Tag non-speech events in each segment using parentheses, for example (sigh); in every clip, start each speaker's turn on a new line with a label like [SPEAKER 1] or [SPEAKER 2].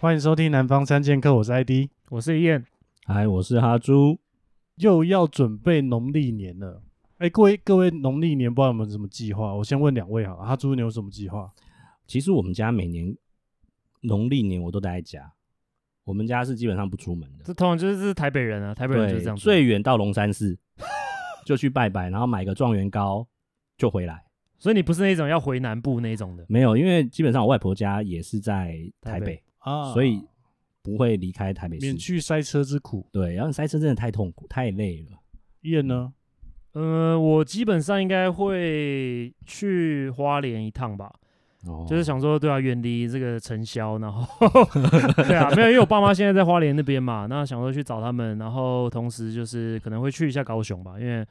[SPEAKER 1] 欢迎收听《南方三剑客》，我是 ID，
[SPEAKER 2] 我是燕，
[SPEAKER 3] 嗨，我是哈猪。
[SPEAKER 1] 又要准备农历年了。哎，各位各位，农历年不知道有没有什么计划？我先问两位好了，哈猪，你有什么计划？
[SPEAKER 3] 其实我们家每年农历年我都待在家，我们家是基本上不出门的。
[SPEAKER 2] 这通常就是台北人啊，台北人就是这样子。
[SPEAKER 3] 最远到龙山寺就去拜拜，然后买个状元糕就回来。
[SPEAKER 2] 所以你不是那种要回南部那种的，
[SPEAKER 3] 没有，因为基本上我外婆家也是在台
[SPEAKER 2] 台
[SPEAKER 3] 北，
[SPEAKER 2] 北
[SPEAKER 1] 啊
[SPEAKER 3] 所以不会离开台北
[SPEAKER 1] 免
[SPEAKER 3] 市。
[SPEAKER 1] 去塞车之苦。
[SPEAKER 3] 对，然后塞车真的太痛苦，太累了。
[SPEAKER 1] 燕呢？
[SPEAKER 2] 呃，我基本上应该会去花莲一趟吧，
[SPEAKER 3] 哦，
[SPEAKER 2] 就是想说，对啊，远离这个尘嚣，然后， (laughs) 对啊，没有，因为我爸妈现在在花莲那边嘛，那想说去找他们，然后同时就是可能会去一下高雄吧，因为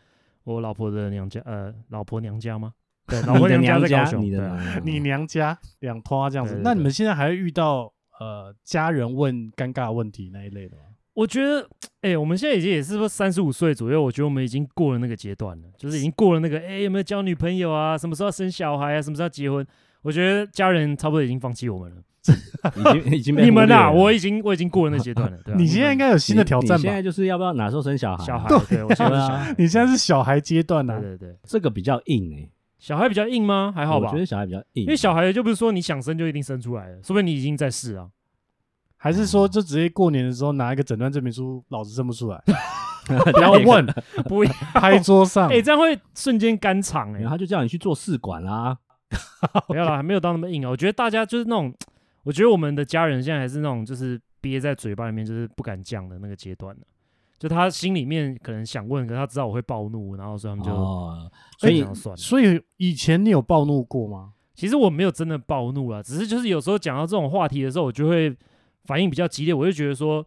[SPEAKER 2] 我老婆的娘家，呃，老婆娘家吗？对，老婆
[SPEAKER 3] 你的
[SPEAKER 2] 家
[SPEAKER 3] 娘
[SPEAKER 2] 在
[SPEAKER 3] 家
[SPEAKER 2] 高，雄，
[SPEAKER 3] 你的
[SPEAKER 2] 对啊
[SPEAKER 3] 娘家
[SPEAKER 1] 你娘家两拖这样子
[SPEAKER 2] 对，对
[SPEAKER 1] 那你
[SPEAKER 2] 对
[SPEAKER 1] 们现在还会遇到呃家人问尴尬问题那一类的吗？
[SPEAKER 2] 我觉得，哎、我们现在已经也是说三十五岁左右，我觉得我们已经过了那个阶段了，就是已经过了那个，哎、有没有交女朋友啊？什么时候要生小孩啊？什么时候要结婚？我觉得家人差不多已经放弃我们了。
[SPEAKER 3] 已经已经被
[SPEAKER 2] 你们
[SPEAKER 3] 呐、
[SPEAKER 2] 啊，我已经我已经过了那阶段了。对、啊，
[SPEAKER 1] 你现在应该有新的挑战
[SPEAKER 3] 你现
[SPEAKER 1] 吧
[SPEAKER 3] 在？就是要不要哪时候生小孩、啊
[SPEAKER 2] 小孩，
[SPEAKER 1] 对
[SPEAKER 2] 对，我现在是
[SPEAKER 3] 对
[SPEAKER 2] 小孩
[SPEAKER 3] 啊，
[SPEAKER 1] 你现在是小孩阶段呢、
[SPEAKER 2] 对
[SPEAKER 1] 啊，
[SPEAKER 2] 对对，
[SPEAKER 3] 这个比较硬哎、
[SPEAKER 2] 小孩比较硬吗？还好吧
[SPEAKER 3] 我觉，得小孩比较硬，
[SPEAKER 2] 因
[SPEAKER 1] 啊
[SPEAKER 2] 为小孩就不是说你想生就一定生出来了，说不定你已经在试
[SPEAKER 1] (laughs)
[SPEAKER 2] 啊。
[SPEAKER 1] 还是说就直接过年的时候拿一个诊断证明书，老子生不出来，
[SPEAKER 3] 不
[SPEAKER 1] 不要问， (laughs)
[SPEAKER 2] 不，
[SPEAKER 1] 拍桌上。
[SPEAKER 2] 哎、这样会瞬间
[SPEAKER 1] (laughs)
[SPEAKER 2] 干场哎、
[SPEAKER 3] 然后他就叫你去做试管啦。
[SPEAKER 2] 不要啦，还没有到那么硬啊。我觉得大家就是那种，我觉得我们的家人现在还是那种，就是憋在嘴巴里面，就是不敢讲的那个阶段呢、啊就他心里面可能想问，可是他知道我会暴怒，然后所以他们就、
[SPEAKER 3] 哦，
[SPEAKER 2] 所
[SPEAKER 3] 所
[SPEAKER 2] 以
[SPEAKER 3] 以
[SPEAKER 2] 想算了。
[SPEAKER 1] 所以以前你有暴怒过吗？
[SPEAKER 2] 其实我没有真的暴怒啦，只是就是有时候讲到这种话题的时候，我就会反应比较激烈，我就觉得说，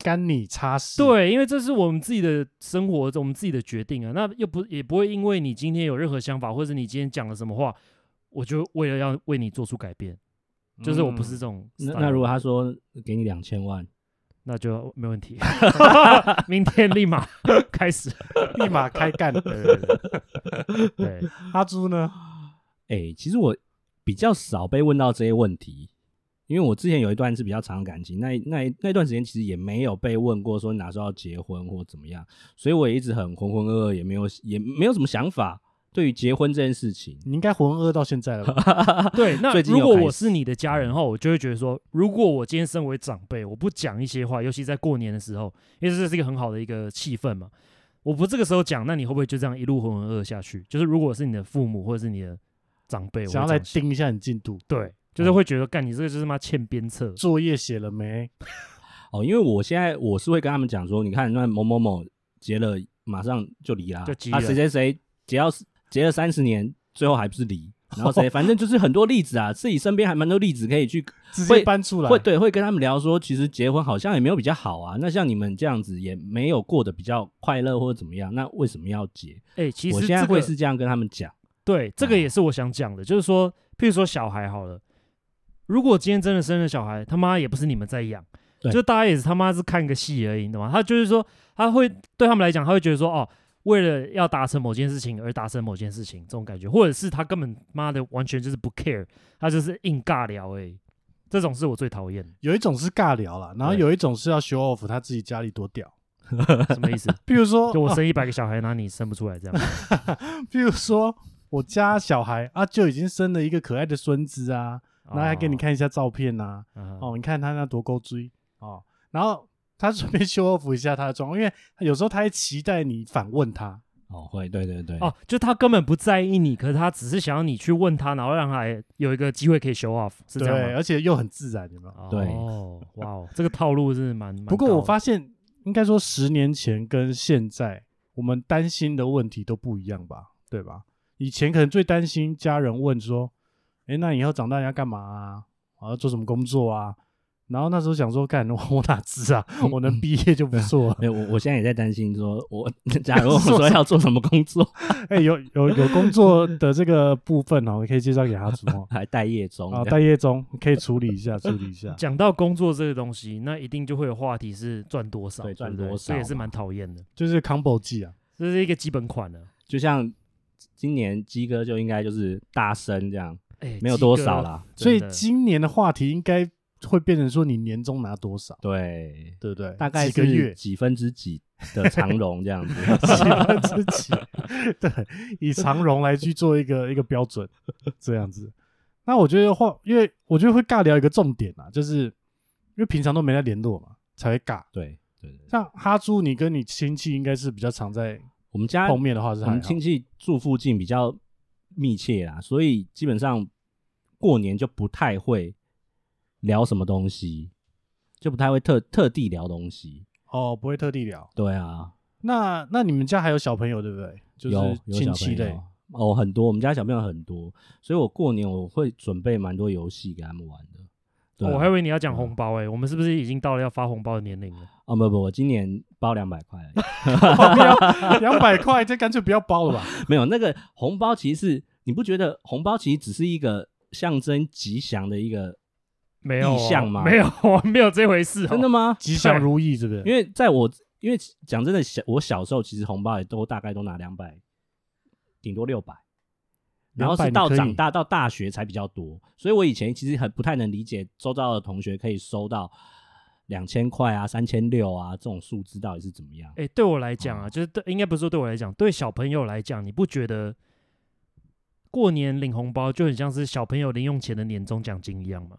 [SPEAKER 1] 干你擦屎！，
[SPEAKER 2] 对，因为这是我们自己的生活，我们自己的决定啊，那又不也不会因为你今天有任何想法，或者你今天讲了什么话，我就为了要为你做出改变，就是我不是这种 style、
[SPEAKER 3] 嗯那那如果他说给你两千万，
[SPEAKER 2] 那就没
[SPEAKER 3] (laughs)
[SPEAKER 2] 问题， (laughs) 明天立马开始。
[SPEAKER 1] 立马开干。
[SPEAKER 2] 对对对对，对
[SPEAKER 1] 阿朱呢？
[SPEAKER 3] 哎、其实我比较少被问到这些问题，因为我之前有一段是比较长的感情，那一那一那一段时间其实也没有被问过说你哪时候要结婚或怎么样，所以我也一直很浑浑噩噩，也没有也没有什么想法对于结婚这件事情。
[SPEAKER 1] 你应该浑噩到现在了
[SPEAKER 2] 哎
[SPEAKER 1] 吧？
[SPEAKER 2] 对那
[SPEAKER 3] 最近
[SPEAKER 2] 如
[SPEAKER 3] 又
[SPEAKER 2] 果
[SPEAKER 3] 开
[SPEAKER 2] 我
[SPEAKER 3] 始
[SPEAKER 2] 是你的家人后，我就会觉得说，如果我今天身为长辈，我不讲一些话，尤其在过年的时候，因为这是一个很好的一个气氛嘛。我不这个时候讲，那你会不会就这样一路浑浑噩噩下去？就是如果是你的父母或者是你的长辈，我会
[SPEAKER 1] 想要
[SPEAKER 2] 这
[SPEAKER 1] 来
[SPEAKER 2] 样想
[SPEAKER 1] 盯一下你进度，
[SPEAKER 2] 对，就是
[SPEAKER 3] 嗯
[SPEAKER 2] 会觉得干你这个就是妈欠鞭策。
[SPEAKER 1] 作业写了没？
[SPEAKER 3] 哦，因为我现在我是会跟他们讲说，你看那某某某结了，马上就离啦，
[SPEAKER 2] 就急
[SPEAKER 3] 啊
[SPEAKER 2] 了
[SPEAKER 3] 谁谁谁结要结了三十年，最后还不是
[SPEAKER 2] (laughs)
[SPEAKER 3] 离，然后谁反正就是很多例子啊，自己身边还蛮多例子可以去
[SPEAKER 1] 直接
[SPEAKER 3] 会
[SPEAKER 1] 搬
[SPEAKER 2] 啊
[SPEAKER 1] 出来。，
[SPEAKER 3] 会对会跟他们聊说，其实结婚好像也没有比较好啊，那像你们这样子也没有过得比较快乐或者怎么样，那为什么要结？
[SPEAKER 2] 哎、其实
[SPEAKER 3] 我现在
[SPEAKER 2] 这个
[SPEAKER 3] 会是这样跟他们讲，
[SPEAKER 2] 对，这个
[SPEAKER 3] 啊
[SPEAKER 2] 也是我想讲的，就是说，譬如说小孩好了，如果今天真的生了小孩，他妈也不是你们在养，
[SPEAKER 3] 对
[SPEAKER 2] 就大家也是他妈是看个戏而已，你懂吗？他就是说，他会对他们来讲，他会觉得说，哦，为了要达成某件事情而达成某件事情，这种感觉，或者是他根本妈的完全就是不 care，他就是硬尬聊而已，这种是我最讨厌的
[SPEAKER 1] 有一种是尬聊啦，然后
[SPEAKER 2] 对
[SPEAKER 1] 有一种是要 show off 他自己家里多屌。
[SPEAKER 2] 什么
[SPEAKER 1] (laughs)
[SPEAKER 2] 意思？
[SPEAKER 1] 比如说，
[SPEAKER 2] 就我
[SPEAKER 1] 啊
[SPEAKER 2] 生一百个小孩，那你生不出
[SPEAKER 1] (laughs)
[SPEAKER 2] 来这样？
[SPEAKER 1] 比如说我家小孩啊，就已经生了一个可爱的孙子啊，
[SPEAKER 2] 哦
[SPEAKER 1] 然后还给你看一下照片啊，
[SPEAKER 2] 啊，
[SPEAKER 1] 哦，你看他那多够追哦，然后他顺便 (laughs) show off 一下他的妆，因为有时候他会期待你反问他，
[SPEAKER 3] 哦，会，对对对，
[SPEAKER 2] 哦，就他根本不在意你，可是他只是想要你去问他，然后让他有一个机会可以 show off，是这样
[SPEAKER 1] 对，
[SPEAKER 2] 吗？
[SPEAKER 1] 而且又很自然，有没有？
[SPEAKER 2] 哦
[SPEAKER 3] 对
[SPEAKER 2] 哇哦，这个套路是蛮……蛮
[SPEAKER 1] 不过
[SPEAKER 2] 高
[SPEAKER 1] 我
[SPEAKER 2] 的
[SPEAKER 1] 发现，应该说十年前跟现在，我们担心的问题都不一样吧，对吧？以前可能最担心家人问说：“哎，那以后长大你要干嘛啊？我要做什么工作啊？”然后那时候想说，干我哪知啊？我能毕业就不错了。 (laughs)
[SPEAKER 3] 没有，我我现在也在担心说，我 (laughs) 假
[SPEAKER 2] (laughs)
[SPEAKER 3] 如我说要做什么工作，
[SPEAKER 1] 哎、有有有工作的这个部分哦，可以介绍给他主哦。
[SPEAKER 3] 还待业中
[SPEAKER 1] 啊，
[SPEAKER 3] 这样
[SPEAKER 1] 待业中可以处理一下，处理一下。
[SPEAKER 2] 讲到工作这个东西，那一定就会有话题是赚多少，
[SPEAKER 3] 对
[SPEAKER 2] 不
[SPEAKER 3] 赚多少
[SPEAKER 2] 这也是
[SPEAKER 3] 嘛
[SPEAKER 2] 蛮讨厌的，
[SPEAKER 1] 就是 combo 技啊，
[SPEAKER 2] 这是一个基本款啊的。
[SPEAKER 3] 就像今年鸡哥就应该就是大升这样，
[SPEAKER 2] 哎，
[SPEAKER 3] 没有
[SPEAKER 2] 鸡
[SPEAKER 3] 多
[SPEAKER 2] 哥
[SPEAKER 3] 少，啦。
[SPEAKER 1] 所以
[SPEAKER 2] 真的
[SPEAKER 1] 今年的话题应该会变成说你年终拿多少，
[SPEAKER 3] 对，
[SPEAKER 1] 对不对？
[SPEAKER 3] 大概
[SPEAKER 1] 几个
[SPEAKER 3] 是
[SPEAKER 1] 月
[SPEAKER 3] 几分之几的长荣这
[SPEAKER 1] (laughs)
[SPEAKER 3] 样子。
[SPEAKER 1] 几分之几，
[SPEAKER 3] (laughs)
[SPEAKER 1] 对，以长荣来去做一个一个 (laughs) 标准，这样子。那我觉得话，因为我觉得会尬聊一个重点啊，就是因为平常都没在联络嘛，才会尬。
[SPEAKER 3] 对对对，
[SPEAKER 1] 像哈猪，你跟你亲戚应该是比较常在
[SPEAKER 3] 我们家
[SPEAKER 1] 碰面的话是
[SPEAKER 3] 我
[SPEAKER 1] 还好
[SPEAKER 3] 们亲戚住附近比较密切啦，所以基本上过年就不太会聊什么东西，就不太会特特地聊东西。
[SPEAKER 1] 哦，不会特地聊。
[SPEAKER 3] 对啊，
[SPEAKER 1] 那那你们家还有小朋友对不对？就
[SPEAKER 3] 有
[SPEAKER 1] 是
[SPEAKER 3] 有
[SPEAKER 1] 亲
[SPEAKER 3] 小
[SPEAKER 1] 戚
[SPEAKER 3] 朋
[SPEAKER 1] 类
[SPEAKER 3] (laughs) 友。哦，很多，我们家小朋友很多，所以我过年我会准备蛮多游戏给他们玩的。对啊、
[SPEAKER 1] 哦
[SPEAKER 2] 我还以为你要讲红包哎、我们是不是已经到了要发红包的年龄了？
[SPEAKER 3] 哦不不，我今年包两百块而已， (laughs)
[SPEAKER 1] 哦两百块，这干脆不要包了吧？
[SPEAKER 3] 没有那个红包，其实是你不觉得红包其实只是一个象征吉祥的一个，
[SPEAKER 2] 没有、哦，
[SPEAKER 3] 意向吗
[SPEAKER 2] 没有，我没有这回事、哦。
[SPEAKER 3] 真的吗？
[SPEAKER 1] 吉祥如意，是不是？
[SPEAKER 3] 因为在我因为讲真的，小我小时候其实红包也都大概都拿两百，顶多六百，然后
[SPEAKER 1] 200
[SPEAKER 3] 是到
[SPEAKER 1] 你可以
[SPEAKER 3] 长大到大学才比较多，所以我以前其实很不太能理解周遭的同学可以收到两千块啊、三千六啊这种数字到底是怎么样。
[SPEAKER 2] 哎、对我来讲啊，
[SPEAKER 3] 哦
[SPEAKER 2] 就是对，应该不是说对我来讲，对小朋友来讲，你不觉得过年领红包就很像是小朋友零用钱的年终奖金一样吗？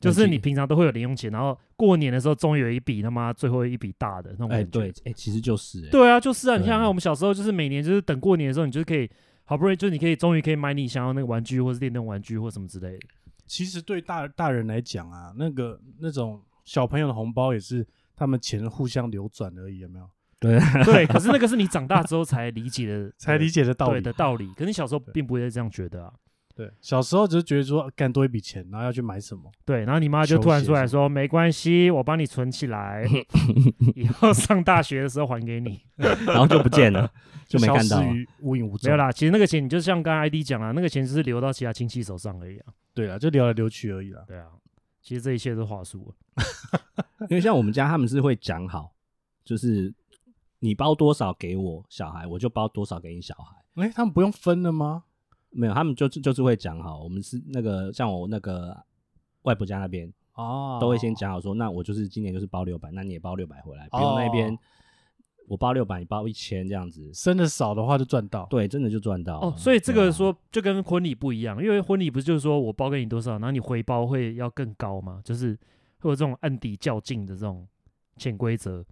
[SPEAKER 2] 就
[SPEAKER 3] 了
[SPEAKER 2] 是你
[SPEAKER 3] 解
[SPEAKER 2] 平常都会有零用钱，然后过年的时候终于有一笔他妈最后一笔大的那种
[SPEAKER 3] 哎、
[SPEAKER 2] 感觉。
[SPEAKER 3] 对，哎、其实就是、哎，
[SPEAKER 2] 对啊，就是啊，你
[SPEAKER 3] 对
[SPEAKER 2] 想想看，我们小时候就是每年就是等过年的时候，你就是可以好不容易就是你可以终于可以买你想要那个玩具或是电动玩具或什么之类的。
[SPEAKER 1] 其实对大大人来讲啊，那个那种小朋友的红包也是他们钱互相流转而已，有没有？
[SPEAKER 2] 对，可是那个是你长大之后才理解的，
[SPEAKER 1] 才理解的道
[SPEAKER 2] 对
[SPEAKER 1] 理。
[SPEAKER 2] 的道理。可是你小时候并不会这样觉得啊。
[SPEAKER 1] 对小时候只是觉得说干多一笔钱，然后要去买什么，
[SPEAKER 2] 对，然后你妈就
[SPEAKER 1] 球
[SPEAKER 2] 突然
[SPEAKER 1] 鞋
[SPEAKER 2] 出来
[SPEAKER 1] 什
[SPEAKER 2] 说：“没关系，我帮你存起
[SPEAKER 3] (laughs)
[SPEAKER 2] 来，以后上大学的时候还给你。
[SPEAKER 3] 然后就不
[SPEAKER 1] (laughs)
[SPEAKER 3] 见了，就没
[SPEAKER 1] 消
[SPEAKER 3] 看
[SPEAKER 1] 失
[SPEAKER 3] 到啊。
[SPEAKER 1] 于无影无”
[SPEAKER 2] 没
[SPEAKER 1] 踪。
[SPEAKER 2] 有啦，其实那个钱你就像刚才 ID 讲啦，那个钱就是流到其他亲戚手上而已啊。
[SPEAKER 1] 对啦，就流来流去而已啦。
[SPEAKER 2] 对啊，其实这一切都是话术啊。
[SPEAKER 3] 因为像我们家他们是会讲好，就是你包多少给我小孩，我就包多少给你小孩。
[SPEAKER 1] 哎、他们不用分了吗？
[SPEAKER 3] 没有，他们就是就是会讲好，我们是那个像我那个外婆家那边
[SPEAKER 1] 哦，
[SPEAKER 3] 都会先讲好说，那我就是今年就是包六百，那你也包六百回来，
[SPEAKER 1] 哦
[SPEAKER 3] 比如那边我包六百，你包一千这样子，
[SPEAKER 1] 生的少的话就赚到。
[SPEAKER 3] 对，真的就赚到了
[SPEAKER 2] 哦，所以这
[SPEAKER 3] 对
[SPEAKER 2] 个
[SPEAKER 3] 啊
[SPEAKER 2] 说就跟婚礼不一样，因为婚礼不是就是说我包给你多少，然后你回包会要更高吗？就是会有这种暗底较劲的这种潜规
[SPEAKER 3] (laughs)
[SPEAKER 2] 则。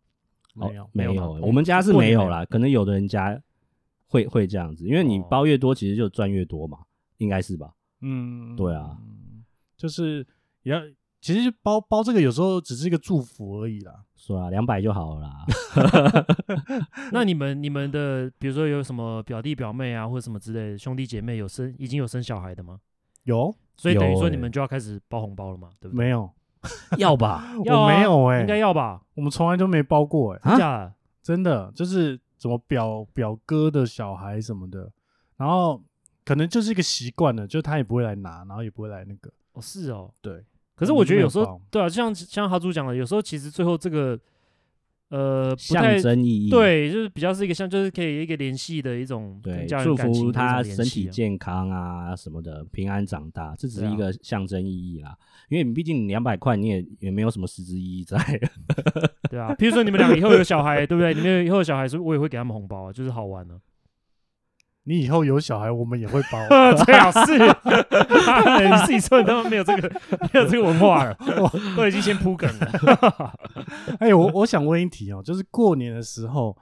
[SPEAKER 3] 哦
[SPEAKER 1] 没有
[SPEAKER 3] 没
[SPEAKER 2] 没有
[SPEAKER 3] 有
[SPEAKER 2] 吗
[SPEAKER 3] 欸，
[SPEAKER 2] 我
[SPEAKER 3] 我们家是
[SPEAKER 2] 过年
[SPEAKER 3] 没有
[SPEAKER 2] 没
[SPEAKER 3] 啦，可能有的人家会会这样子，因为你
[SPEAKER 2] 哦
[SPEAKER 3] 包越多，其实就赚越多嘛，应该是吧？
[SPEAKER 1] 嗯，
[SPEAKER 3] 对啊，
[SPEAKER 1] 就是也要，其实包包这个有时候只是一个祝福而已啦。
[SPEAKER 3] 说啊，两百就好了啦。
[SPEAKER 2] 那你们你们的比如说有什么表弟表妹啊，或者什么之类的兄弟姐妹有生已经有生小孩的吗？
[SPEAKER 1] 有
[SPEAKER 2] 所以等于
[SPEAKER 3] 有
[SPEAKER 2] 说
[SPEAKER 3] 欸
[SPEAKER 2] 你们就要开始包红包了嘛，对不对？
[SPEAKER 1] 没有？
[SPEAKER 3] (laughs) 要吧？
[SPEAKER 2] 要
[SPEAKER 1] 我
[SPEAKER 2] 啊
[SPEAKER 1] 没有哎、
[SPEAKER 2] 应该要吧？
[SPEAKER 1] 我们从来都没包过哎、
[SPEAKER 3] 啊
[SPEAKER 2] 假的
[SPEAKER 1] 真的就是怎么表表哥的小孩什么的，然后可能就是一个习惯了，就他也不会来拿，然后也不会来那个，
[SPEAKER 2] 哦，是哦。
[SPEAKER 1] 对，
[SPEAKER 2] 可是
[SPEAKER 1] 我
[SPEAKER 2] 我
[SPEAKER 1] 们
[SPEAKER 2] 觉得
[SPEAKER 1] 没有
[SPEAKER 2] 有时候
[SPEAKER 1] 包，
[SPEAKER 2] 对啊，就像像哈猪讲的，有时候其实最后这个呃不
[SPEAKER 3] 象
[SPEAKER 2] 太
[SPEAKER 3] 征意义，
[SPEAKER 2] 对，就是比较是一个像就是可以一个联系的一种
[SPEAKER 3] 对
[SPEAKER 2] 跟家，人
[SPEAKER 3] 祝
[SPEAKER 2] 感情
[SPEAKER 3] 福
[SPEAKER 2] 的一种
[SPEAKER 3] 他
[SPEAKER 2] 联
[SPEAKER 3] 身
[SPEAKER 2] 系
[SPEAKER 3] 体
[SPEAKER 2] 啊
[SPEAKER 3] 健康啊什么的，平安长大，这只
[SPEAKER 2] 对
[SPEAKER 3] 是
[SPEAKER 2] 啊
[SPEAKER 3] 一个象征意义啦。因为你毕竟你两百块，你也也没有什么实质意义在。
[SPEAKER 2] 对啊。比如说你们俩以后有小孩，对不对？你们以后有小孩是，我也会给他们红包啊，就是好玩
[SPEAKER 3] (laughs)
[SPEAKER 2] 啊。
[SPEAKER 1] 你以后有小孩，我们也会
[SPEAKER 2] (laughs)
[SPEAKER 1] 包。
[SPEAKER 2] 呃，最好是妈的 (laughs) 你自己说，他们没有这个没有这个文
[SPEAKER 3] (laughs)
[SPEAKER 2] 化了，都已经先铺梗了。
[SPEAKER 1] 哎、我我想问一题哦，就是过年的时候，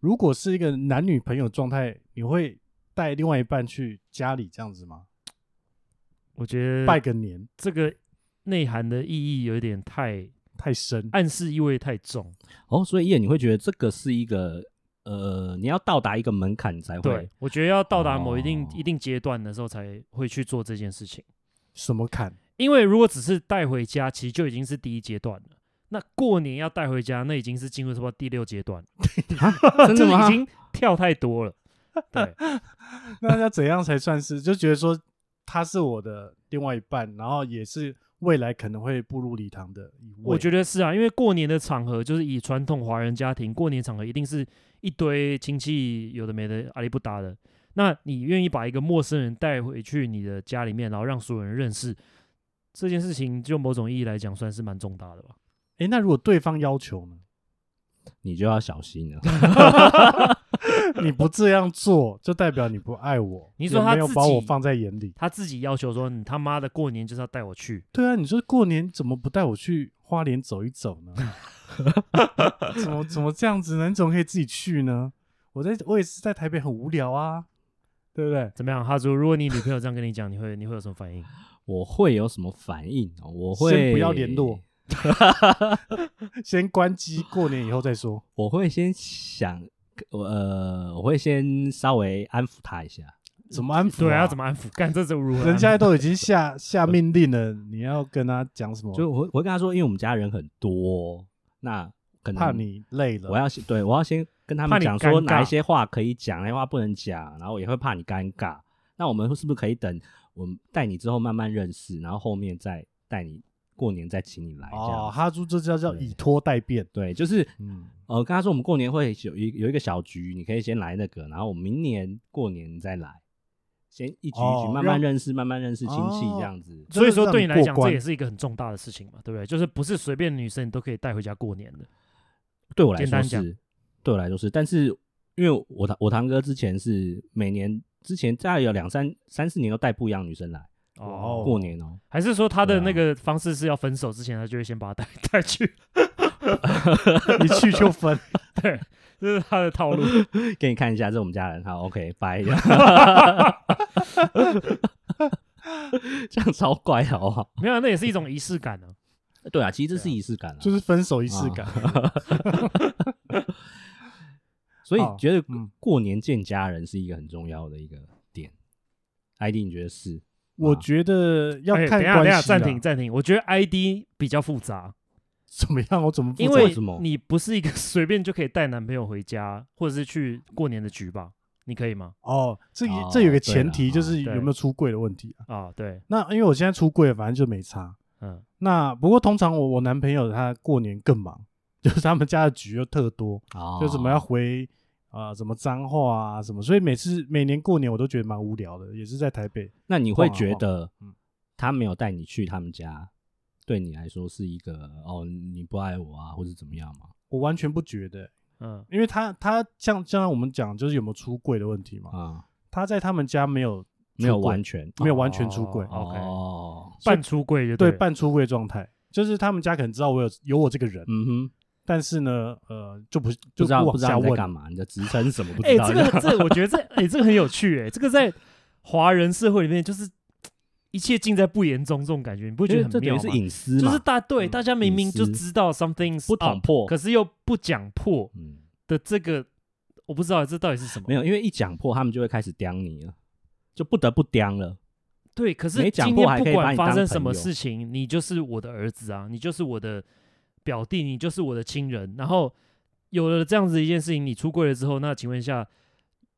[SPEAKER 1] 如果是一个男女朋友状态，你会带另外一半去家里这样子吗？
[SPEAKER 2] 我觉
[SPEAKER 1] 拜个
[SPEAKER 2] 得
[SPEAKER 1] 年
[SPEAKER 2] 这个内涵的意义有点太
[SPEAKER 1] 太深，
[SPEAKER 2] 暗示意味太重。
[SPEAKER 3] 哦，所以叶，你会觉得这个是一个呃，你要到达一个门槛才
[SPEAKER 2] 对
[SPEAKER 3] 会，
[SPEAKER 2] 我觉得要到达某一定、
[SPEAKER 3] 哦
[SPEAKER 2] 一定阶段的时候才会去做这件事情。
[SPEAKER 1] 什么坎？
[SPEAKER 2] 因为如果只是带回家，其实就已经是第一阶段了。那过年要带回家，那已经是进入什么第六阶段了，
[SPEAKER 3] 啊真
[SPEAKER 2] 就
[SPEAKER 3] 的
[SPEAKER 2] 是
[SPEAKER 3] 吗
[SPEAKER 2] 已？经跳太多了。对，
[SPEAKER 1] 那要怎样才算是？就觉得说他是我的另外一半，然后也是未来可能会步入礼堂的一位。
[SPEAKER 2] 我觉得是啊，因为过年的场合就是以传统华人家庭过年场合一定是一堆亲戚有的没的阿里不达的。那你愿意把一个陌生人带回去你的家里面，然后让所有人认识，这件事情就某种意义来讲，算是蛮重大的吧。
[SPEAKER 1] 诶，那如果对方要求
[SPEAKER 2] (laughs)
[SPEAKER 1] 呢？
[SPEAKER 3] (laughs) 你就要小心了。啊
[SPEAKER 1] 你不这样做，就代表你不爱我。
[SPEAKER 2] 你说
[SPEAKER 1] 也
[SPEAKER 2] 他
[SPEAKER 1] 没有
[SPEAKER 2] 自
[SPEAKER 1] 把我
[SPEAKER 2] 己
[SPEAKER 1] 放在眼里？
[SPEAKER 2] 他自己要求说，你他妈的过年就是要带我去，
[SPEAKER 1] 对啊，你说过年怎么不带我去花莲走一走呢？ (laughs) 怎么怎么这样子呢？你怎么可以自己去呢？我在我也是在台北很无聊啊，对不对？
[SPEAKER 2] 怎么样？哈猪，如果你女朋友这样跟你讲，你会你会有什
[SPEAKER 1] (laughs)
[SPEAKER 2] 么反应？
[SPEAKER 3] 我会有什么反应哦？我会
[SPEAKER 1] 先不要联络，先关机，过年以后再说。
[SPEAKER 3] 我会先想，我呃，我会先稍微安抚他一下。
[SPEAKER 1] 怎么安抚、
[SPEAKER 2] 对啊，
[SPEAKER 1] 啊，
[SPEAKER 2] 要怎么安抚？干这怎么如何安抚？啊
[SPEAKER 1] 人家都已经下下命令了，你要跟他讲什么？
[SPEAKER 3] 就我会我会跟他说，因为我们家人很多，那可能
[SPEAKER 1] 怕你累了。
[SPEAKER 3] 我要先对我要先跟他
[SPEAKER 2] 怕
[SPEAKER 3] 们
[SPEAKER 2] 你
[SPEAKER 3] 讲说
[SPEAKER 2] 尴尬
[SPEAKER 3] 哪一些话可以讲，哪些话不能讲，然后也会怕你尴尬。那我们是不是可以等我们带你之后慢慢认识，然后后面再带你过年再请你来这样？
[SPEAKER 1] 哦，哈猪这叫叫以拖代变。
[SPEAKER 3] 对，就是
[SPEAKER 1] 嗯，
[SPEAKER 3] 呃，跟他说我们过年会有一有一个小局，你可以先来那个，然后我们明年过年再来，先一局一
[SPEAKER 1] 哦
[SPEAKER 3] 局慢慢
[SPEAKER 1] 让
[SPEAKER 3] 认识，慢慢认识亲戚
[SPEAKER 1] 哦
[SPEAKER 3] 这样子。
[SPEAKER 2] (laughs) 所以说对你来
[SPEAKER 1] 让
[SPEAKER 2] 讲，
[SPEAKER 1] 过
[SPEAKER 2] 这
[SPEAKER 1] 关
[SPEAKER 2] 也是一个很重大的事情嘛，对不对？就是不是随便的女生你都可以带回家过年的。
[SPEAKER 3] 对我来
[SPEAKER 2] 简
[SPEAKER 3] 说
[SPEAKER 2] 单讲
[SPEAKER 3] 是，对我来说是，但是因为我堂我堂哥之前是每年之前大概有两三三四年都带不一样的女生来、
[SPEAKER 1] 哦
[SPEAKER 3] 过年哦、
[SPEAKER 2] 还是说他的
[SPEAKER 3] 对啊
[SPEAKER 2] 那个方式是要分手之前，他就会先把他带 (laughs) 带去，
[SPEAKER 1] (laughs) 一去就分。
[SPEAKER 2] 对，这是他的套路。
[SPEAKER 3] 给你看一下，这是我们家人，好，OK，拜。 (laughs) 这样超怪的好不好？
[SPEAKER 2] 没有啊，那也是一种仪式感啊。
[SPEAKER 3] 对啊，其实这是仪式感、啊，
[SPEAKER 1] 就是分手仪式感。
[SPEAKER 3] 所以
[SPEAKER 1] 好
[SPEAKER 3] 觉得
[SPEAKER 1] 嗯
[SPEAKER 3] 过年见家人是一个很重要的一个点。ID 你觉得是？
[SPEAKER 1] 我
[SPEAKER 3] 啊
[SPEAKER 1] 觉得要
[SPEAKER 2] 哎
[SPEAKER 1] 看
[SPEAKER 2] 等一下等一
[SPEAKER 1] 关
[SPEAKER 2] 下，
[SPEAKER 1] 系啦。啊
[SPEAKER 2] 暂停暂停。我觉得 ID 比较复杂，
[SPEAKER 1] 怎么样？我怎么复杂
[SPEAKER 2] 因为
[SPEAKER 3] 什么
[SPEAKER 2] 你不是一个 (laughs) 随便就可以带男朋友回家，或者是去过年的局吧？你可以吗？
[SPEAKER 1] 哦，这
[SPEAKER 3] 哦
[SPEAKER 1] 这有个
[SPEAKER 3] 对
[SPEAKER 1] 前
[SPEAKER 3] 啦
[SPEAKER 1] 提就
[SPEAKER 3] 哦
[SPEAKER 1] 是有
[SPEAKER 2] 对
[SPEAKER 1] 没有出柜的问题啊。
[SPEAKER 2] 啊，对，
[SPEAKER 1] 那因为我现在出柜了，反正就没差。
[SPEAKER 2] 嗯，
[SPEAKER 1] 那不过通常我我男朋友他过年更忙， (laughs) 就是他们家的局又特多，
[SPEAKER 3] 哦
[SPEAKER 1] 就怎么要回啊、呃什么脏话啊什么，所以每次每年过年我都觉得蛮无聊的，也是在台北。
[SPEAKER 3] 那你会觉得
[SPEAKER 1] 晃嗯，
[SPEAKER 3] 他没有带你去他们家，对你来说是一个哦，你不爱我啊，或者怎么样吗？
[SPEAKER 1] 我完全不觉得，
[SPEAKER 2] 嗯，
[SPEAKER 1] 因为他他像像我们讲就是有没有出柜的问题嘛，
[SPEAKER 3] 啊，
[SPEAKER 1] 他在他们家没有
[SPEAKER 3] 没有
[SPEAKER 1] 出柜
[SPEAKER 3] 完全，
[SPEAKER 1] 没有完全出柜，
[SPEAKER 2] 哦 OK
[SPEAKER 3] 哦，
[SPEAKER 2] 半出柜就
[SPEAKER 1] 对
[SPEAKER 2] 了
[SPEAKER 1] 半出柜状态，就是他们家可能知道我有有我这个人，
[SPEAKER 3] 嗯哼，
[SPEAKER 1] 但是呢，呃，就不
[SPEAKER 3] 不
[SPEAKER 1] 就
[SPEAKER 3] 知道
[SPEAKER 1] 往
[SPEAKER 3] 不知道
[SPEAKER 1] 下
[SPEAKER 3] 你在
[SPEAKER 1] 问
[SPEAKER 3] 干嘛，你的职称是什么不
[SPEAKER 2] 哎、
[SPEAKER 3] 知道？
[SPEAKER 2] 这个这个我觉得这哎、这个很有趣哎、这个在华人社会里面就是一切尽在不言中这种感觉，你不
[SPEAKER 3] 我
[SPEAKER 2] 觉得
[SPEAKER 3] 这
[SPEAKER 2] 很
[SPEAKER 3] 等
[SPEAKER 2] 妙
[SPEAKER 3] 于
[SPEAKER 2] 吗？
[SPEAKER 3] 是隐私
[SPEAKER 2] 就是
[SPEAKER 3] 嘛，
[SPEAKER 2] 大对
[SPEAKER 1] 嗯
[SPEAKER 2] 大家明明就
[SPEAKER 3] 隐私
[SPEAKER 2] 知道 something
[SPEAKER 3] 不捅破
[SPEAKER 2] 可，是又不讲破
[SPEAKER 3] 嗯，
[SPEAKER 2] 的这个，我不知道这到底是什么。
[SPEAKER 3] 没有，因为一讲破，他们就会开始刁你了，就不得不刁了。
[SPEAKER 2] 对，可是
[SPEAKER 3] 没讲
[SPEAKER 2] 今
[SPEAKER 3] 破
[SPEAKER 2] 天
[SPEAKER 3] 还
[SPEAKER 2] 不
[SPEAKER 3] 可以把
[SPEAKER 2] 管
[SPEAKER 3] 你
[SPEAKER 2] 发
[SPEAKER 3] 当
[SPEAKER 2] 生什
[SPEAKER 3] 朋
[SPEAKER 2] 么
[SPEAKER 3] 友
[SPEAKER 2] 事情，你就是我的儿子啊，你就是我的表弟，你就是我的亲人。然后有了这样子一件事情，你出柜了之后，那请问一下，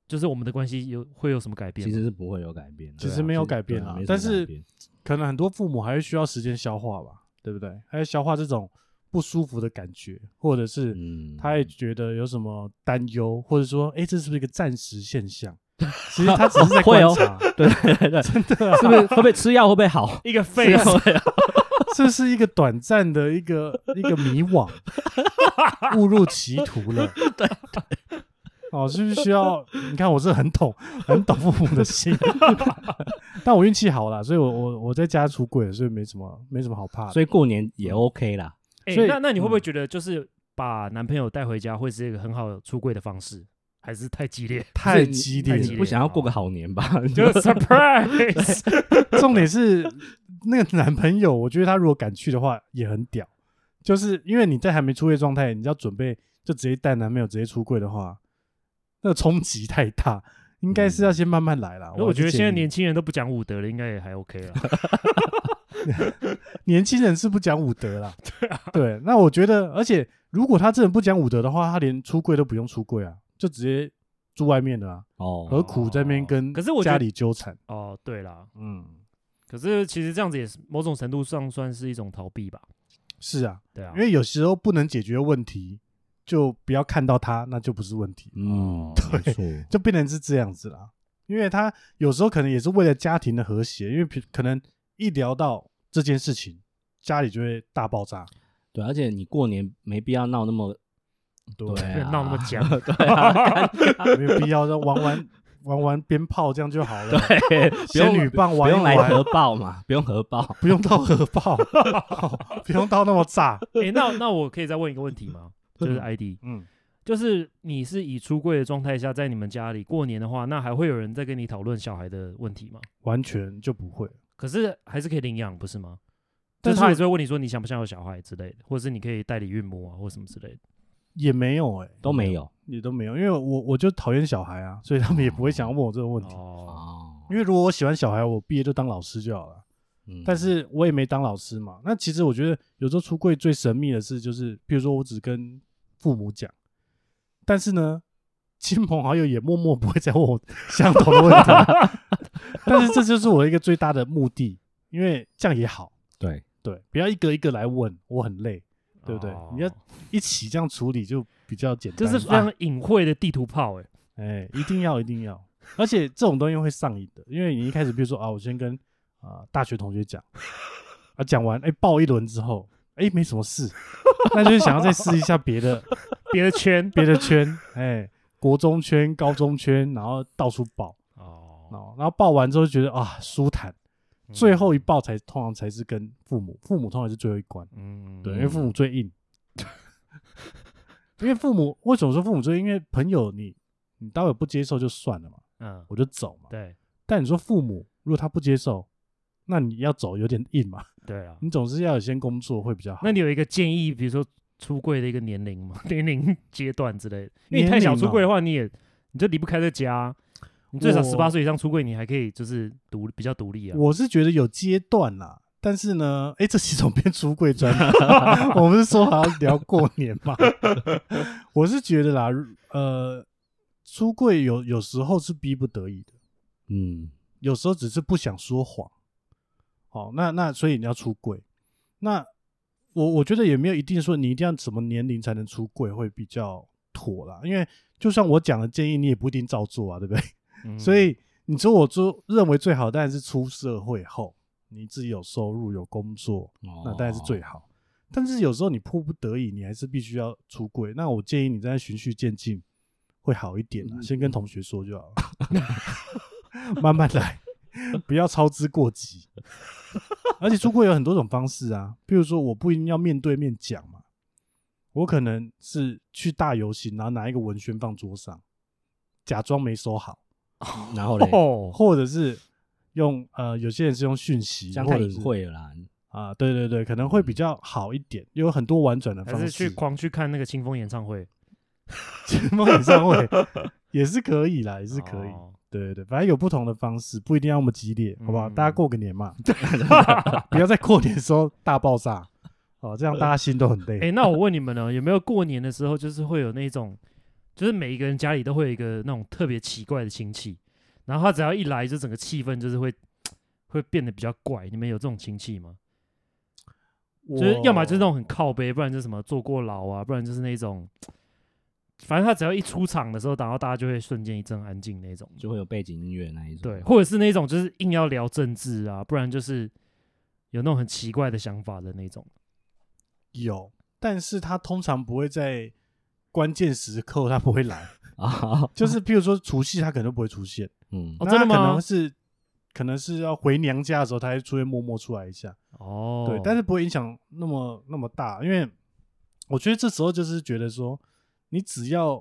[SPEAKER 2] 就是我们的关系有会有什么改变
[SPEAKER 3] 其
[SPEAKER 2] 吗？
[SPEAKER 3] 实是不会有改变的，
[SPEAKER 1] 其实
[SPEAKER 3] 对啊
[SPEAKER 1] 没有改变
[SPEAKER 3] 对啊
[SPEAKER 1] 啦
[SPEAKER 3] 没什
[SPEAKER 1] 但
[SPEAKER 3] 么
[SPEAKER 1] 是
[SPEAKER 3] 改变
[SPEAKER 1] 可能很多父母还是需要时间消化吧，对不对？还要消化这种不舒服的感觉，或者是
[SPEAKER 3] 嗯，
[SPEAKER 1] 他也觉得有什么担忧，或者说，哎，这是不是一个暂时现
[SPEAKER 3] (laughs)
[SPEAKER 1] 象？其实他只是在
[SPEAKER 3] 会
[SPEAKER 1] 观
[SPEAKER 3] 哦
[SPEAKER 1] 察，
[SPEAKER 3] 对对对
[SPEAKER 1] (laughs)
[SPEAKER 3] 对，
[SPEAKER 1] 真的啊、
[SPEAKER 3] 是不是会不会吃药会不会好？
[SPEAKER 2] (laughs) 一个废
[SPEAKER 3] 啊
[SPEAKER 2] 物，
[SPEAKER 3] (laughs)
[SPEAKER 1] 这是一个短暂的一个一个迷惘，误入歧途了。对哦，是不是需要？你看，我是很懂，很懂父母的
[SPEAKER 3] (laughs)
[SPEAKER 1] 心，但我运气好啦，所以我我我在家出轨了，所以没什么没什么好怕的。
[SPEAKER 3] 所以过年也 OK 啦。
[SPEAKER 2] 哎、
[SPEAKER 1] 所以
[SPEAKER 2] 那那你会不会
[SPEAKER 1] 嗯
[SPEAKER 2] 觉得，就是把男朋友带回家会是一个很好出柜的方式，还是太激
[SPEAKER 3] (laughs)
[SPEAKER 2] 烈？
[SPEAKER 1] 太激烈
[SPEAKER 3] 哎
[SPEAKER 1] 了，
[SPEAKER 3] 你不想要过个好年吧？
[SPEAKER 2] 就是 surprise，
[SPEAKER 1] (laughs) 重点是那个男朋友，我觉得他如果敢去的话也很屌，就是因为你在还没出柜状态，你要准备就直接带男朋友直接出柜的话，那个冲击太大，应该是要先慢慢来啦。 (laughs)
[SPEAKER 2] 我
[SPEAKER 1] 还是
[SPEAKER 2] 觉得现在
[SPEAKER 1] 建议
[SPEAKER 2] 年轻人都不讲武德了，应该也还 OK
[SPEAKER 1] (laughs)
[SPEAKER 2] 了。
[SPEAKER 1] 年轻人是不讲武德啦，对啊，对。那我觉得，而且如果他真的不讲武德的话，他连出柜都不用出柜啊，就直接住外面的啊，
[SPEAKER 3] 哦，
[SPEAKER 1] 何苦在那边跟
[SPEAKER 2] 可是我觉
[SPEAKER 1] 家
[SPEAKER 2] 得
[SPEAKER 1] 里纠缠？
[SPEAKER 2] 哦，对啦，
[SPEAKER 1] 嗯，
[SPEAKER 2] 可是其实这样子也是某种程度上算是一种逃避吧。
[SPEAKER 1] 是啊，
[SPEAKER 2] 对啊，
[SPEAKER 1] 因为有时候不能解决问题，就不要看到他，那就不是问题。
[SPEAKER 3] 嗯，没
[SPEAKER 1] 对
[SPEAKER 3] 错，
[SPEAKER 1] 就变成是这样子啦。因为他有时候可能也是为了家庭的和谐，因为比可能一聊到这件事情，家里就会大爆炸。
[SPEAKER 3] 对，而且你过年没必要闹那么
[SPEAKER 1] 对，
[SPEAKER 3] 对啊
[SPEAKER 2] 闹那么僵
[SPEAKER 3] 对
[SPEAKER 2] (laughs)
[SPEAKER 3] 啊，
[SPEAKER 1] 没有必要再玩玩 (laughs) 玩玩鞭炮，这样就好了。
[SPEAKER 3] 对， (laughs) 不
[SPEAKER 1] 仙
[SPEAKER 3] 用
[SPEAKER 1] 女棒
[SPEAKER 3] 不
[SPEAKER 1] 玩一
[SPEAKER 3] 用来核
[SPEAKER 1] 玩，
[SPEAKER 3] 爆嘛，不用核爆。
[SPEAKER 1] 不用到核
[SPEAKER 3] (laughs)
[SPEAKER 1] 爆，不用到那么炸。
[SPEAKER 2] 诶，那那我可以再问一个问题吗？就是 ID，
[SPEAKER 1] 嗯，
[SPEAKER 2] 就是你是以出柜的状态下，在你们家里过年的话，那还会有人在跟你讨论小孩的问题吗？
[SPEAKER 1] 完全就不会。
[SPEAKER 2] 可是还是可以领养，不是吗？就
[SPEAKER 1] 但
[SPEAKER 2] 是
[SPEAKER 1] 是
[SPEAKER 2] 他还是会问你说你想不想有小孩之类的，或者是你可以代理孕母啊，或什么之类的。
[SPEAKER 1] 也没有哎、
[SPEAKER 3] 都没有
[SPEAKER 1] 也都没有，因为我我就讨厌小孩啊，所以他们也不会想要问我这个问题。
[SPEAKER 2] 哦，
[SPEAKER 3] 哦，
[SPEAKER 1] 因为如果我喜欢小孩，我毕业就当老师就好了。
[SPEAKER 3] 嗯
[SPEAKER 1] 但是我也没当老师嘛。那其实我觉得有时候出柜最神秘的事就是，譬如说我只跟父母讲，但是呢，亲朋好友也默默不会再问
[SPEAKER 2] (laughs)
[SPEAKER 1] 我相同的问题。 (laughs) 但是这就是我一个最大的目的，因为这样也好，
[SPEAKER 3] 对，
[SPEAKER 1] 对，不要一个一个来问，我很累，对不对
[SPEAKER 2] 哦
[SPEAKER 1] 你要一起这样处理就啊比较简单。
[SPEAKER 2] 这是非常隐晦的地图炮、诶，
[SPEAKER 1] 哎，一定要一定要，而且这种东西会上瘾的，因为你一开始比如说啊，我先跟啊、大学同学讲，啊讲完哎爆一轮之后，哎没什么事，那就是想要再试一下别的 (laughs)
[SPEAKER 2] 别的圈
[SPEAKER 1] 别的圈，哎国中圈、高中圈，然后到处爆，
[SPEAKER 2] 哦，
[SPEAKER 1] 然后然后爆完之后就觉得啊舒坦，
[SPEAKER 2] 嗯
[SPEAKER 1] 最后一爆才通常才是跟父母，父母通常是最后一关，
[SPEAKER 2] 嗯，嗯
[SPEAKER 1] 对，因为父母最硬， (laughs) 因为父母为什么说父母最硬？因为朋友你你待会不接受就算了嘛，
[SPEAKER 2] 嗯，
[SPEAKER 1] 我就走嘛。
[SPEAKER 2] 对
[SPEAKER 1] 但你说父母如果他不接受，那你要走有点硬嘛，
[SPEAKER 2] 对啊。
[SPEAKER 1] 你总是要有先工作会比较好。
[SPEAKER 2] 那你有一个建议，比如说出柜的一个年龄吗？ (laughs) 年龄阶段之类的，因为
[SPEAKER 1] 年
[SPEAKER 2] 你太小
[SPEAKER 1] 龄
[SPEAKER 2] 出
[SPEAKER 1] 哦
[SPEAKER 2] 柜的话，你也你就离不开这家啊、你最少
[SPEAKER 1] 我
[SPEAKER 2] 十八岁以上出柜，你还可以就是独比较独立啊。
[SPEAKER 1] 我是觉得有阶段啦，但是呢，哎，这几种变出柜专栏，
[SPEAKER 2] (laughs)
[SPEAKER 1] 我们是说好要聊过年嘛？ (laughs) 我是觉得啦，呃，出柜有有时候是逼不得已的，
[SPEAKER 3] 嗯，
[SPEAKER 1] 有时候只是不想说谎。好，那那所以你要出柜，那我我觉得也没有一定说你一定要什么年龄才能出柜会比较妥啦，因为就算我讲的建议，你也不一定照做啊，对不对？
[SPEAKER 2] 嗯
[SPEAKER 1] 所以你说我做认为最好，当然是出社会后你自己有收入、有工作，那
[SPEAKER 3] 那
[SPEAKER 1] 当然是最好。但是有时候你迫不得已，你还是必须要出柜。那我建议你再循序渐进，会好一点啊。先跟同学说就好了，慢慢来，不要操之过急。而且出柜有很多种方式啊，比如说我不一定要面对面讲嘛，我可能是去大游行，然后拿一个文宣放桌上，假装没收好，
[SPEAKER 3] 然
[SPEAKER 2] (laughs)
[SPEAKER 3] 后嘞，
[SPEAKER 2] 哦，
[SPEAKER 1] 或者是用呃，有些人是用讯息，
[SPEAKER 3] 这样
[SPEAKER 1] 或
[SPEAKER 3] 太
[SPEAKER 1] 者
[SPEAKER 3] 隐
[SPEAKER 1] 是
[SPEAKER 3] 晦了啦。
[SPEAKER 1] 啊，对对对，可能会比较好一点，有很多婉转的
[SPEAKER 2] 嗯还
[SPEAKER 1] 方
[SPEAKER 2] 是去
[SPEAKER 1] 式。
[SPEAKER 2] 狂去看那个清风演唱会
[SPEAKER 1] 去 (laughs) 梦演唱
[SPEAKER 2] (laughs)
[SPEAKER 1] 会也是可以啦，也是可以。
[SPEAKER 2] 哦
[SPEAKER 1] 对对对，反正有不同的方式，不一定要那么激烈，好不好？
[SPEAKER 2] 嗯
[SPEAKER 1] 大家过个年
[SPEAKER 2] (laughs)
[SPEAKER 1] 嘛，不要在过年的时候大爆炸，哦，这样大家心都很累。
[SPEAKER 2] 哎、那我问你们呢，有没有过年的时候，就是会有那种，就是每一个人家里都会有一个那种特别奇怪的亲戚，然后他只要一来，就整个气氛就是会会变得比较怪。你们有这种亲戚吗？
[SPEAKER 1] 我
[SPEAKER 2] 就是要么就是那种很靠背，不然就是什么坐过牢啊，不然就是那种，反正他只要一出场的时候，然后大家就会瞬间一阵安静那种。
[SPEAKER 3] 就会有背景音乐那一种，
[SPEAKER 2] 对，或者是那种就是硬要聊政治啊，不然就是有那种很奇怪的想法的那种。
[SPEAKER 1] 有，但是他通常不会在关键时刻他不会来，
[SPEAKER 3] 啊，
[SPEAKER 2] (laughs)
[SPEAKER 1] 就是譬如说除夕他可能都不会出现，
[SPEAKER 3] (laughs) 嗯
[SPEAKER 2] 哦
[SPEAKER 1] 那
[SPEAKER 2] 真的
[SPEAKER 1] 他可
[SPEAKER 2] 吗
[SPEAKER 1] 能是可能是要回娘家的时候，他才出现默默出来一下。
[SPEAKER 2] 哦，
[SPEAKER 1] 对，但
[SPEAKER 2] 是
[SPEAKER 1] 是不会影响那么那么大，因为我觉得这时候就是觉得说，你只要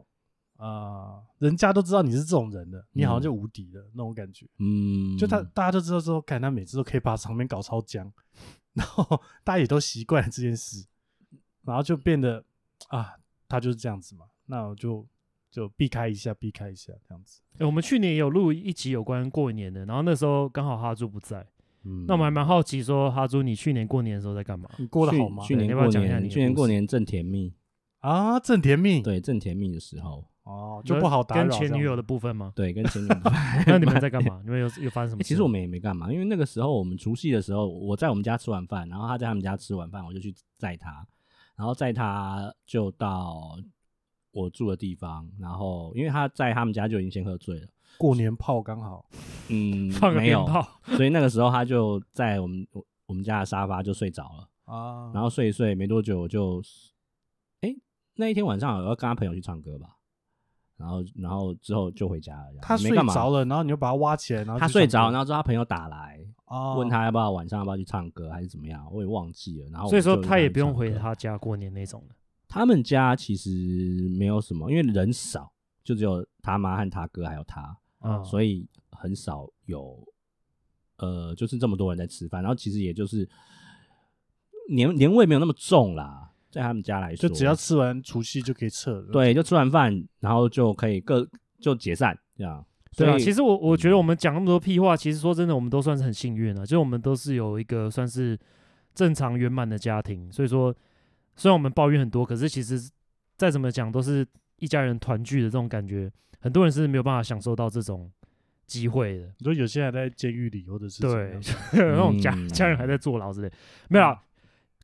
[SPEAKER 1] 啊、呃人家都知道你是这种人的，你好像
[SPEAKER 2] 嗯
[SPEAKER 1] 就无敌了、那种感觉。
[SPEAKER 3] 嗯，
[SPEAKER 1] 就他大家都知道说，看他每次都可以把场面搞超僵，然后大家也都习惯了这件事，然后就变得啊，他就是这样子嘛，那我就就避开一下，避开一下这样子。
[SPEAKER 2] 我们去年有录一集有关过年的，然后那时候刚好哈猪不在，
[SPEAKER 3] 嗯，
[SPEAKER 2] 那我们还蛮好奇说哈猪你去年过年的时候在干嘛？
[SPEAKER 1] 你过得好吗？
[SPEAKER 3] 去去
[SPEAKER 2] 对
[SPEAKER 3] 年
[SPEAKER 2] 要不要
[SPEAKER 3] 过
[SPEAKER 2] 讲一下你
[SPEAKER 3] 年，
[SPEAKER 2] 的
[SPEAKER 3] 去年
[SPEAKER 2] 故
[SPEAKER 3] 过
[SPEAKER 2] 事
[SPEAKER 3] 年正甜蜜，
[SPEAKER 1] 啊，正甜蜜，
[SPEAKER 3] 对，正甜蜜的时候，
[SPEAKER 1] 哦，就不好打扰
[SPEAKER 2] 跟
[SPEAKER 1] 这样子。
[SPEAKER 2] 前女友的部
[SPEAKER 3] (laughs)
[SPEAKER 2] 分吗？
[SPEAKER 3] 对，跟前女友
[SPEAKER 2] 那你们在干嘛？你们有有发生什么
[SPEAKER 3] 欸
[SPEAKER 2] 事？
[SPEAKER 3] 其实我们也没干嘛，因为那个时候我们除夕的时候，我在我们家吃完饭，然后他在他们家吃完饭，我就去载他，然后载他就到我住的地方，然后因为他在他们家就已经先喝醉了，
[SPEAKER 1] 过年炮刚好，
[SPEAKER 3] 嗯，
[SPEAKER 2] 放个
[SPEAKER 3] 没
[SPEAKER 2] 鞭
[SPEAKER 3] 有，啊
[SPEAKER 2] 炮，
[SPEAKER 3] 所以那个时候他就在我们我我们家的沙发就睡着了，
[SPEAKER 1] 啊，
[SPEAKER 3] 然后睡一睡没多久我就，哎、那一天晚上我要跟他朋友去唱歌吧，然后然后之后就回家了，这样
[SPEAKER 1] 他
[SPEAKER 3] 没
[SPEAKER 1] 睡
[SPEAKER 3] 干嘛
[SPEAKER 1] 着了，然后你就哦把他挖起来，然后
[SPEAKER 3] 他睡着，然后之后他朋友打来，
[SPEAKER 1] 后
[SPEAKER 2] 哦
[SPEAKER 3] 问他要不要晚上要不要去唱歌还是怎么样，我也忘记了。然后
[SPEAKER 2] 所以
[SPEAKER 3] 我
[SPEAKER 2] 说
[SPEAKER 3] 就
[SPEAKER 2] 他也
[SPEAKER 3] 去
[SPEAKER 2] 不用
[SPEAKER 3] 唱
[SPEAKER 2] 回
[SPEAKER 3] 歌。
[SPEAKER 2] 他家过年那种的。
[SPEAKER 3] 他们家其实没有什么，因为人少，就只有他妈和他哥还有他，
[SPEAKER 2] 啊
[SPEAKER 3] 所以很少有呃，就是这么多人在吃饭。然后其实也就是年年味没有那么重啦，在他们家来
[SPEAKER 1] 就
[SPEAKER 3] 说，
[SPEAKER 1] 只要吃完除夕就可以撤了。
[SPEAKER 3] 对，就吃完饭，然后就可以各就解散这样。
[SPEAKER 2] 对啊，
[SPEAKER 3] 所以嗯
[SPEAKER 2] 其实我我觉得我们讲那么多屁话，其实说真的，我们都算是很幸运了、啊就是我们都是有一个算是正常圆满的家庭，所以说虽然我们抱怨很多，可是其实再怎么讲，都是一家人团聚的这种感觉，很多人是没有办法享受到这种机会的。
[SPEAKER 1] 你说有些还在监狱里，或者是怎么
[SPEAKER 2] 对
[SPEAKER 1] 样，
[SPEAKER 2] 那种家、 (laughs)
[SPEAKER 3] 嗯
[SPEAKER 2] 家人还在坐牢之类，没有啦，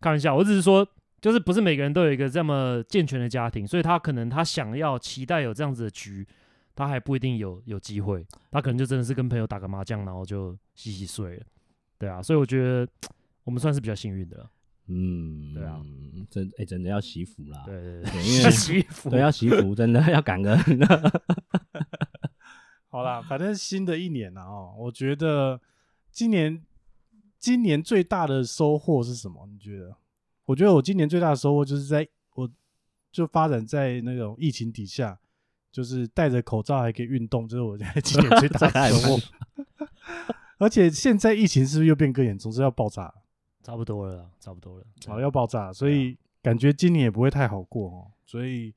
[SPEAKER 2] 开玩笑，我只是说，就是不是每个人都有一个这么健全的家庭，所以他可能他想要期待有这样子的局，他还不一定有有机会，他可能就真的是跟朋友打个麻将，然后就洗洗睡了，对啊，所以我觉得我们算是比较幸运的了，
[SPEAKER 3] 嗯，
[SPEAKER 2] 对啊，
[SPEAKER 3] 真哎、真的要惜福啦，
[SPEAKER 2] 对对
[SPEAKER 3] 对
[SPEAKER 2] (laughs) 对，
[SPEAKER 3] 因为
[SPEAKER 2] 洗衣服
[SPEAKER 3] 对，要惜福，真的 (laughs) 要感恩。
[SPEAKER 1] 好啦，反正新的一年了、啊、哦，我觉得今年今年最大的收获是什么？你觉得？我觉得我今年最大的收获就是在我就发展在那种疫情底下，就是戴着口罩还可以运动，这、是我现在今年最大
[SPEAKER 3] 这还
[SPEAKER 1] 的收获
[SPEAKER 3] 蛮。
[SPEAKER 1] 而且现在疫情是不是又变更严重？是要爆炸了，
[SPEAKER 2] 差不多了啦，差不多了，
[SPEAKER 1] 好哦要爆炸了，所
[SPEAKER 2] 啊
[SPEAKER 1] 以感觉今年也不会太好过哦。所以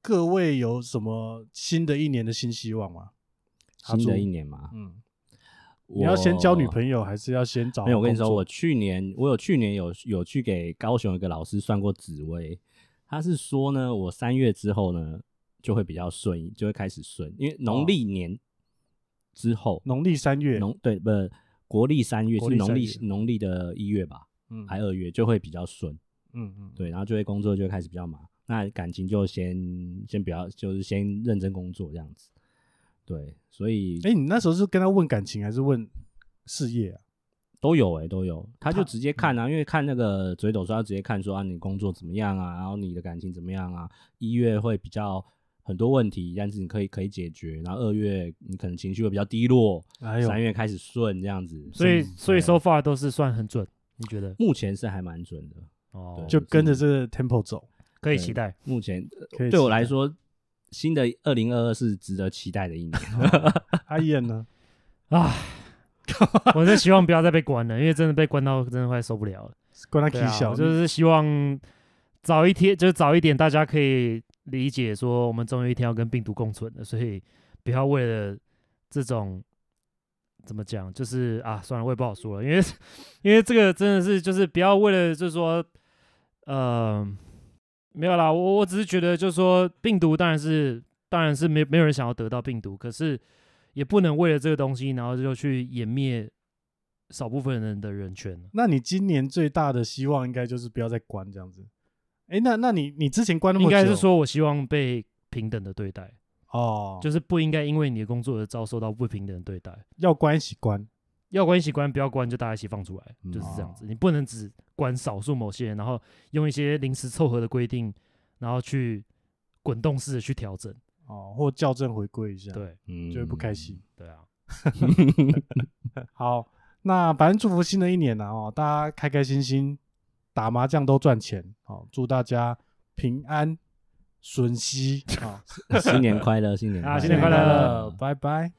[SPEAKER 1] 各位有什么新的一年的新希望吗？阿
[SPEAKER 3] 新
[SPEAKER 1] 朱
[SPEAKER 3] 的一年嘛，
[SPEAKER 1] 嗯，
[SPEAKER 3] 我
[SPEAKER 1] 你要先交女朋友，还是要先找工作？
[SPEAKER 3] 没有，我跟你说，我去年我有去年有有去给高雄一个老师算过紫薇，他是说呢，我三月之后呢就会比较顺，就会开始顺，因为农历年之后，
[SPEAKER 1] 农历三月，
[SPEAKER 3] 农对不国历三月
[SPEAKER 1] 国
[SPEAKER 3] 是
[SPEAKER 1] 历
[SPEAKER 3] 农
[SPEAKER 1] 三
[SPEAKER 3] 历
[SPEAKER 1] 月
[SPEAKER 3] 农历的一月吧，
[SPEAKER 1] 嗯
[SPEAKER 3] 还二月就会比较顺，
[SPEAKER 1] 嗯嗯，
[SPEAKER 3] 对，然后就会工作就会开始比较忙，那感情就先先不要，就是先认真工作这样子，对，所以
[SPEAKER 1] 哎，你那时候是跟他问感情还是问事业啊？
[SPEAKER 3] 都有哎、都有，他
[SPEAKER 1] 他
[SPEAKER 3] 就直接看啊，因为看那个嘴斗说，他直接看说啊，你工作怎么样啊，然后你的感情怎么样啊，一月会比较很多问题，但是你可以可以解决，然后二月你可能情绪会比较低落，
[SPEAKER 1] 哎呦，
[SPEAKER 3] 三月开始顺这样子，
[SPEAKER 2] 所以
[SPEAKER 3] 顺
[SPEAKER 2] 所以
[SPEAKER 3] 对啊
[SPEAKER 2] so far 都是算很准，你觉得？
[SPEAKER 3] 目前是还蛮准的，
[SPEAKER 2] 哦，
[SPEAKER 1] 就跟着这个 tempo 走，
[SPEAKER 2] 可以
[SPEAKER 3] 对
[SPEAKER 2] 期待， (laughs)
[SPEAKER 3] 目前
[SPEAKER 1] 可以
[SPEAKER 3] 对我
[SPEAKER 1] 期
[SPEAKER 3] 来
[SPEAKER 1] 待
[SPEAKER 3] 说，新的二零二二是值得期待
[SPEAKER 1] (laughs)
[SPEAKER 3] 的一年， (laughs)
[SPEAKER 1] 阿燕呢？
[SPEAKER 2] 啊。我是希望不要再被关了，因为真的被关到真的快受不了了。
[SPEAKER 1] 关他
[SPEAKER 2] 对
[SPEAKER 1] K
[SPEAKER 2] 啊，
[SPEAKER 1] 小，
[SPEAKER 2] 我就是希望早一天，就是早一点，大家可以理解说，我们总有一天要跟病毒共存的，所以不要为了这种怎么讲，就是啊，算了，我也不好说了，因为 (laughs) 因为这个真的是就是不要为了就是说，呃，没有啦，我我只是觉得就是说，病毒当然是当然是没没有人想要得到病毒，可是也不能为了这个东西，然后就去湮灭少部分人的人权。
[SPEAKER 1] 那你今年最大的希望应该就是不要再关这样子。哎，那那你你之前关那么
[SPEAKER 2] 应
[SPEAKER 1] 久，
[SPEAKER 2] 该是说我希望被平等的对待，
[SPEAKER 1] 哦，就
[SPEAKER 2] 就是不应该因为你的工作而遭受到不平等的对待。
[SPEAKER 1] 要关一起关，
[SPEAKER 2] 要关一起关，不要关就大家一起放出来，
[SPEAKER 3] 嗯
[SPEAKER 2] 就是这
[SPEAKER 1] 哦
[SPEAKER 2] 样子。你不能只关少数某些人，然后用一些临时凑合的规定，然后去滚动式的去调整。
[SPEAKER 1] 哦，或校正回归一下，，
[SPEAKER 2] 对
[SPEAKER 3] 嗯，
[SPEAKER 1] 就会不开心。
[SPEAKER 2] 对啊，
[SPEAKER 1] 好，那反正祝福新的一年啦、哦，大家开开心心，打麻将都赚钱，好、祝大家平安顺息，好、
[SPEAKER 3] 嗯新年快乐，新年
[SPEAKER 1] 啊，
[SPEAKER 3] 快
[SPEAKER 1] (laughs) 新年快
[SPEAKER 2] 新年快
[SPEAKER 1] 乐，拜拜。